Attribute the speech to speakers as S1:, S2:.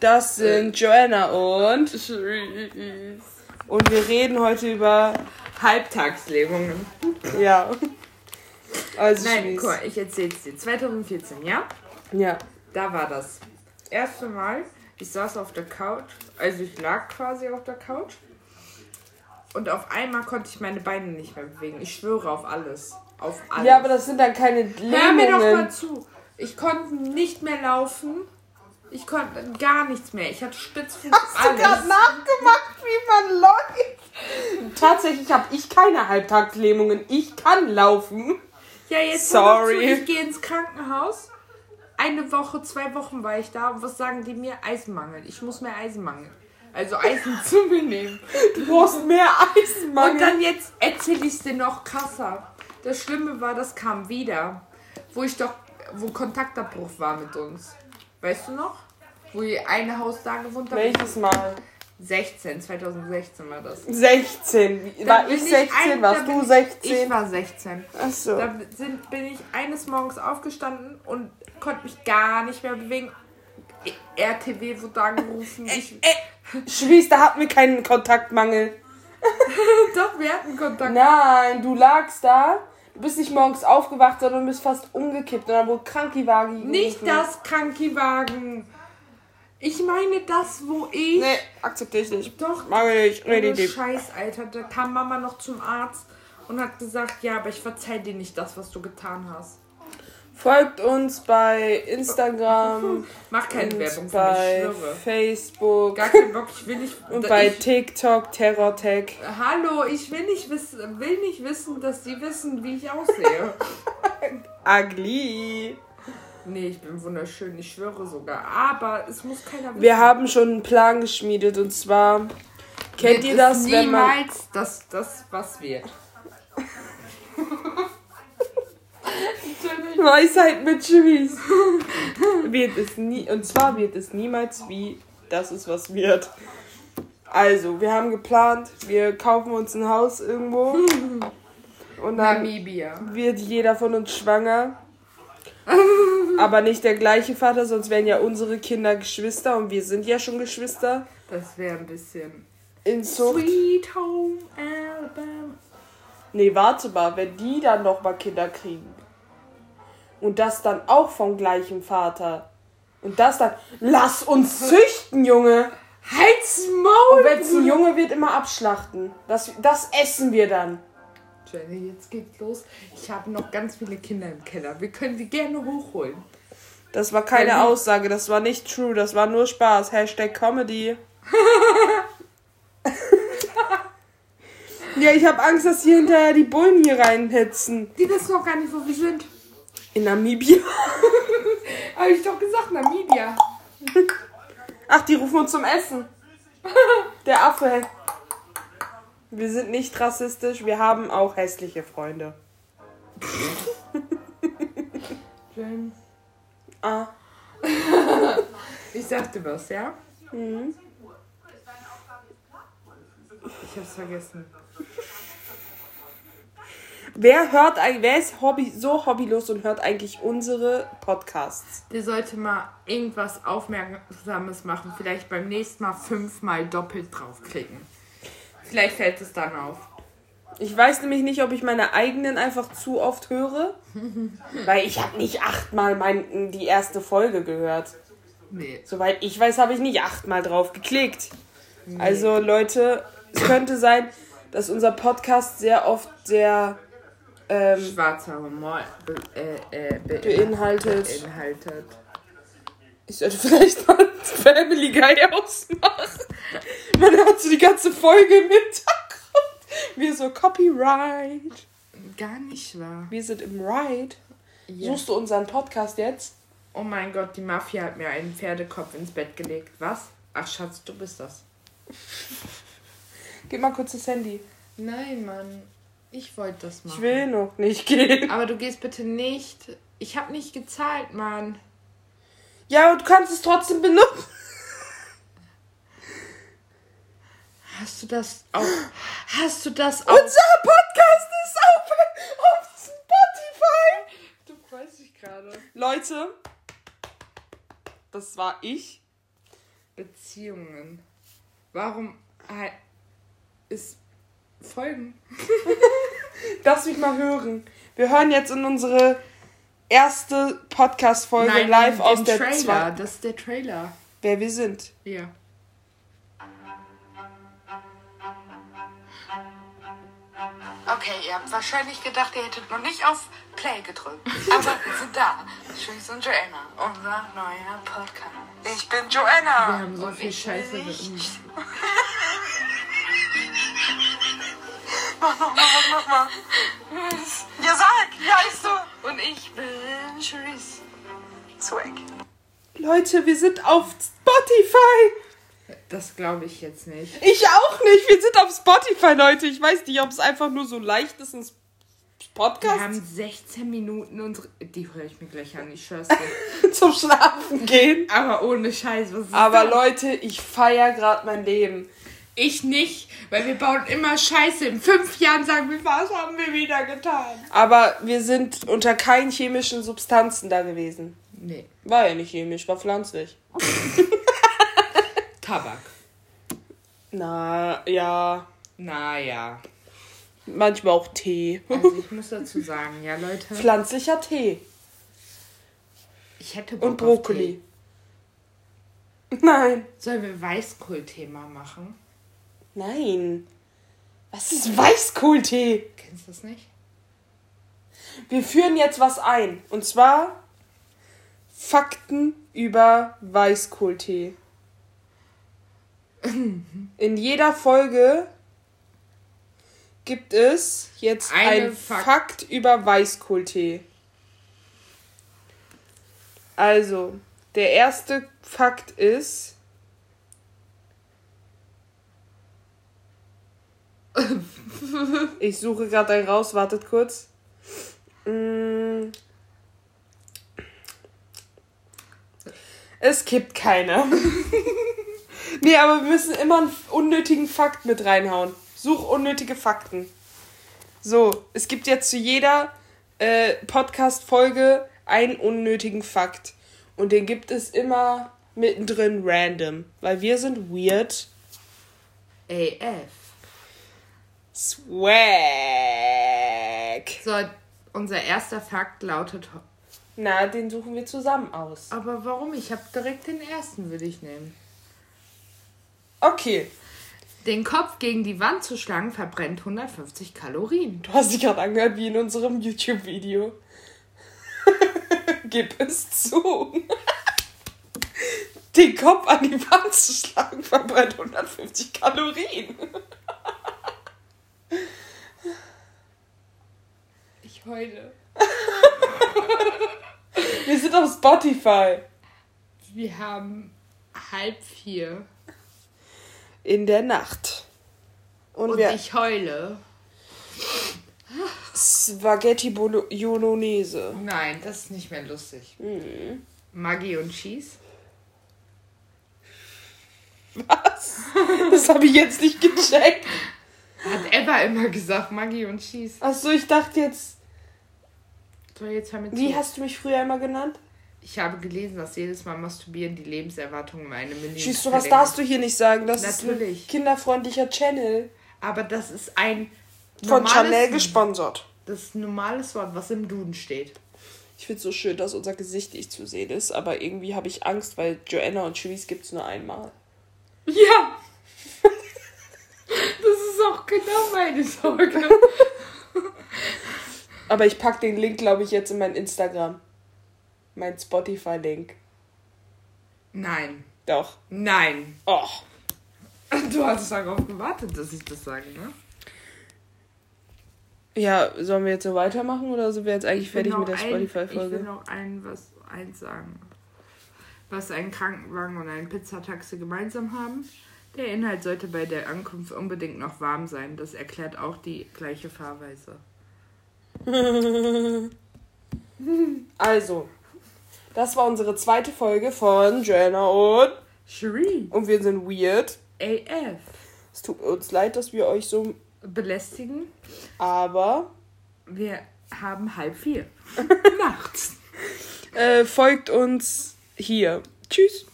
S1: Das sind Joanna und.
S2: Tschüss.
S1: Und wir reden heute über.
S2: Halbtagslähmungen.
S1: Ja. Also,
S2: Nein,
S1: Schmies.
S2: guck mal, ich erzähl's dir. 2014, ja?
S1: Ja.
S2: Da war das. Erste Mal, ich saß auf der Couch, also ich lag quasi auf der Couch. Und auf einmal konnte ich meine Beine nicht mehr bewegen. Ich schwöre auf alles. Auf alles.
S1: Ja, aber das sind dann keine Lähmungen.
S2: Hör mir doch mal zu. Ich konnte nicht mehr laufen. Ich konnte gar nichts mehr. Ich hatte Spitzfuß.
S1: Hast du gerade nachgemacht, wie man läuft? Tatsächlich habe ich keine Halbtagslähmungen. Ich kann laufen.
S2: Ja, jetzt hör doch
S1: Sorry.
S2: Zu, ich gehe ins Krankenhaus. Eine Woche, zwei Wochen war ich da. Und was sagen die mir? Eisenmangel. Ich muss mehr Eisenmangel. Also Eisen zu mir nehmen.
S1: Du brauchst mehr Eisenmangel.
S2: Und dann jetzt erzähle ich es dir noch krasser. Das Schlimme war, das kam wieder. Wo ich doch, wo Kontaktabbruch war mit uns. Weißt du noch? Wo ihr eine Haus da gewohnt habt?
S1: Welches Mal?
S2: 16, 2016 war das.
S1: 16.
S2: Da
S1: war
S2: bin
S1: ich 16?
S2: ein- da
S1: warst
S2: bin
S1: du
S2: ich-
S1: 16?
S2: Ich war 16.
S1: Achso.
S2: Da sind, bin ich eines Morgens aufgestanden und konnte mich gar nicht mehr bewegen. RTW wurde angerufen. Ich,
S1: Schwieß, da hatten wir keinen Kontaktmangel.
S2: doch, wir hatten Kontakt.
S1: Nein, du lagst da. Du bist nicht morgens aufgewacht, sondern bist fast umgekippt. Und dann wurde Krankiwagi gerufen.
S2: Nicht das Krankiwagen. Ich meine das, wo ich.
S1: Nee, akzeptiere ich nicht.
S2: Doch,
S1: Mag ich nicht.
S2: ohne
S1: Nee, nee, nee.
S2: Scheiß, Alter. Da kam Mama noch zum Arzt und hat gesagt: Ja, aber ich verzeih dir nicht das, was du getan hast.
S1: Folgt uns bei Instagram.
S2: Mach keine
S1: und
S2: Werbung für mich, ich
S1: bei
S2: schwöre.
S1: Facebook.
S2: Gar keinen Bock, ich will nicht.
S1: Und bei
S2: ich,
S1: TikTok, Terrortech.
S2: Hallo, ich will nicht, wissen, will nicht wissen, dass die wissen, wie ich aussehe.
S1: Agli.
S2: nee, ich bin wunderschön, ich schwöre sogar. Aber es muss keiner wissen.
S1: Wir haben schon einen Plan geschmiedet und zwar. Kennt
S2: Wird
S1: ihr
S2: es
S1: das, wenn man.
S2: niemals das, das, was wir. Entschuldigung.
S1: Weisheit mit Schwieß. wird es nie, und zwar wird es niemals wie das ist, was wird. Also, wir haben geplant, wir kaufen uns ein Haus irgendwo. Und dann
S2: Namibia.
S1: wird jeder von uns schwanger. Aber nicht der gleiche Vater, sonst wären ja unsere Kinder Geschwister und wir sind ja schon Geschwister
S2: Das wäre ein bisschen.
S1: in Zucht.
S2: Sweet Home Alabama.
S1: Nee, warte mal, wenn die dann nochmal Kinder kriegen. Und das dann auch vom gleichen Vater. Und das dann. Lass uns züchten, Junge!
S2: Halt's
S1: Und
S2: Maul!
S1: wenn es ein Junge wird, immer abschlachten. Das, das essen wir dann.
S2: Jenny, jetzt geht's los. Ich habe noch ganz viele Kinder im Keller. Wir können sie gerne hochholen.
S1: Das war keine
S2: Mhm.
S1: Aussage, das war nicht true, das war nur Spaß. Hashtag Comedy. ja, ich habe Angst, dass hier hinterher die Bullen hier reinhetzen.
S2: Die wissen noch gar nicht, wo wir sind.
S1: In Namibia.
S2: Habe ich doch gesagt, Namibia.
S1: Ach, die rufen uns zum Essen. Der Affe. Wir sind nicht rassistisch, wir haben auch hässliche Freunde.
S2: Jen.
S1: Ah.
S2: Ich sagte was, ja? Ich hab's vergessen.
S1: Wer hört ein, wer ist Hobby, so hobbylos und hört eigentlich unsere Podcasts?
S2: Wir sollten mal irgendwas Aufmerksames machen. Vielleicht beim nächsten Mal fünfmal doppelt draufklicken. Vielleicht fällt es dann auf.
S1: Ich weiß nämlich nicht, ob ich meine eigenen einfach zu oft höre. Weil ich habe nicht achtmal mein, die erste Folge gehört.
S2: Nee.
S1: Soweit ich weiß, habe ich nicht achtmal drauf geklickt. Also Leute, es könnte sein, dass unser Podcast sehr oft sehr ähm,
S2: Schwarzer Humor be äh, äh, be
S1: beinhaltet.
S2: beinhaltet.
S1: Ich sollte vielleicht mal Family Guy ausmachen. Man hört so die ganze Folge im Hintergrund. Wir so Copyright.
S2: Gar nicht wahr.
S1: Wir sind im Ride.
S2: Ja.
S1: Suchst du unseren Podcast jetzt?
S2: Oh mein Gott, die Mafia hat mir einen Pferdekopf ins Bett gelegt. Was? Ach Schatz, du bist das.
S1: Gib mal kurz das Handy.
S2: Nein, Mann. Ich wollte das machen.
S1: Ich will noch nicht gehen.
S2: Aber du gehst bitte nicht. Ich habe nicht gezahlt, Mann.
S1: Ja, aber du kannst es trotzdem benutzen.
S2: Hast du das auch? Hast du das auch?
S1: Unser Podcast ist auf, auf Spotify.
S2: Du freust dich gerade.
S1: Leute, das war ich.
S2: Beziehungen. Warum hei- ist Folgen?
S1: Lass mich mal hören. Wir hören jetzt in unsere erste Podcast-Folge live
S2: den-
S1: aus
S2: den
S1: der
S2: Trailer.
S1: zwei-
S2: Das ist der Trailer.
S1: Wer wir sind.
S2: Ja.
S3: Okay, ihr habt wahrscheinlich gedacht, ihr hättet noch nicht auf Play gedrückt. Aber wir sind da. Tschüss und Joanna, unser neuer Podcast. Ich bin Joanna.
S2: Wir haben so
S3: und
S2: viel
S3: ich
S2: Scheiße
S3: will nicht-
S2: mit
S3: Ja, sag! Ja, ist so! Und ich bin Tschüss. Swag.
S1: Leute, wir sind auf Spotify.
S2: Das glaube ich jetzt nicht.
S1: Ich auch nicht. Wir sind auf Spotify, Leute. Ich weiß nicht, ob es einfach nur so leicht ist, ein
S2: Wir haben
S1: Podcast
S2: 16 Minuten unsere. Die höre ich mir gleich an, ich schwör's dir.
S1: zum Schlafen gehen.
S2: Aber ohne Scheiß, was ist
S1: Aber
S2: das?
S1: Leute, ich feiere gerade mein Leben.
S2: Ich nicht, weil wir bauen immer Scheiße. In fünf Jahren sagen wir, was haben wir wieder getan?
S1: Aber wir sind unter keinen chemischen Substanzen da gewesen.
S2: Nee,
S1: War ja nicht chemisch, war pflanzlich.
S2: Tabak.
S1: Na, ja.
S2: Naja.
S1: Manchmal auch Tee.
S2: Also ich muss dazu sagen, ja Leute,
S1: Pflanzlicher Tee.
S2: ich hätte Bock
S1: Und
S2: auf
S1: Brokkoli. Nein.
S2: Tee. Sollen wir Weißkohl-Thema machen?
S1: Nein. Was ist Weißkohltee?
S2: Kennst du das nicht?
S1: Wir führen jetzt was ein. Und zwar Fakten über Weißkohltee. In jeder Folge gibt es jetzt
S2: Eine
S1: ein
S2: Fak-
S1: Fakt über Weißkohltee. Also, der erste Fakt ist, ich suche gerade einen raus, wartet kurz. Mm. Es gibt keine. nee, aber wir müssen immer einen unnötigen Fakt mit reinhauen. Such unnötige Fakten. So, es gibt jetzt zu jeder äh, Podcast-Folge einen unnötigen Fakt. Und den gibt es immer mittendrin random. Weil wir sind weird.
S2: AF.
S1: Swag.
S2: So, unser erster Fakt lautet... ho-
S1: Na, den suchen wir zusammen aus.
S2: Aber warum? Ich habe direkt den ersten, will ich nehmen.
S1: Okay,
S2: Den Kopf gegen die Wand zu schlagen verbrennt 150 Kalorien.
S1: du hast dich gerade angehört wie in unserem YouTube-Video. Gib es zu. Den Kopf an die Wand zu schlagen verbrennt 150 Kalorien.
S2: Ich heule.
S1: Wir sind auf Spotify.
S2: Wir haben halb vier.
S1: In der Nacht. Und,
S2: Und
S1: wir
S2: ich heule.
S1: Spaghetti Bolognese.
S2: Nein, das ist nicht mehr lustig.
S1: Mhm.
S2: Maggi und Cheese?
S1: Was? Das habe ich jetzt nicht gecheckt.
S2: Hat Eva immer gesagt, Maggi und Cheese.
S1: Achso, ich dachte jetzt,
S2: So, jetzt hör mir
S1: wie
S2: zu.
S1: hast du mich früher immer genannt?
S2: Ich habe gelesen, dass jedes Mal masturbieren die Lebenserwartung um eine Million
S1: Siehst du, was darfst du hier nicht sagen? Das ist
S2: Natürlich.
S1: ein kinderfreundlicher Channel.
S2: Aber das ist ein
S1: Von
S2: normales-
S1: Chanel gesponsert.
S2: Das ist ein normales Wort, was im Duden steht.
S1: Ich finde es so schön, dass unser Gesicht nicht zu sehen ist, aber irgendwie habe ich Angst, weil Joanna und Chewies gibt es nur einmal.
S2: Ja. Das ist auch genau meine Sorge.
S1: Aber ich packe den Link, glaube ich, jetzt in mein Instagram. Mein Spotify-Link.
S2: Nein.
S1: Doch. Oh.
S2: Nein.
S1: Och.
S2: Du hast darauf gewartet, dass ich das sage, ne?
S1: Ja, sollen wir jetzt so weitermachen oder sind wir jetzt eigentlich
S2: Ich will
S1: fertig mit der
S2: noch ein- Ich will
S1: Spotify-Folge?
S2: noch ein, was, eins sagen. Was ein Krankenwagen und ein Pizzataxi gemeinsam haben. Der Inhalt sollte bei der Ankunft unbedingt noch warm sein. Das erklärt auch die gleiche Fahrweise.
S1: Also, das war unsere zweite Folge von Joanna und.
S2: Cherie.
S1: Und wir sind weird.
S2: AF.
S1: Es tut uns leid, dass wir euch so.
S2: Belästigen.
S1: Aber.
S2: Wir haben halb vier. Nachts.
S1: Äh, folgt uns hier. Tschüss.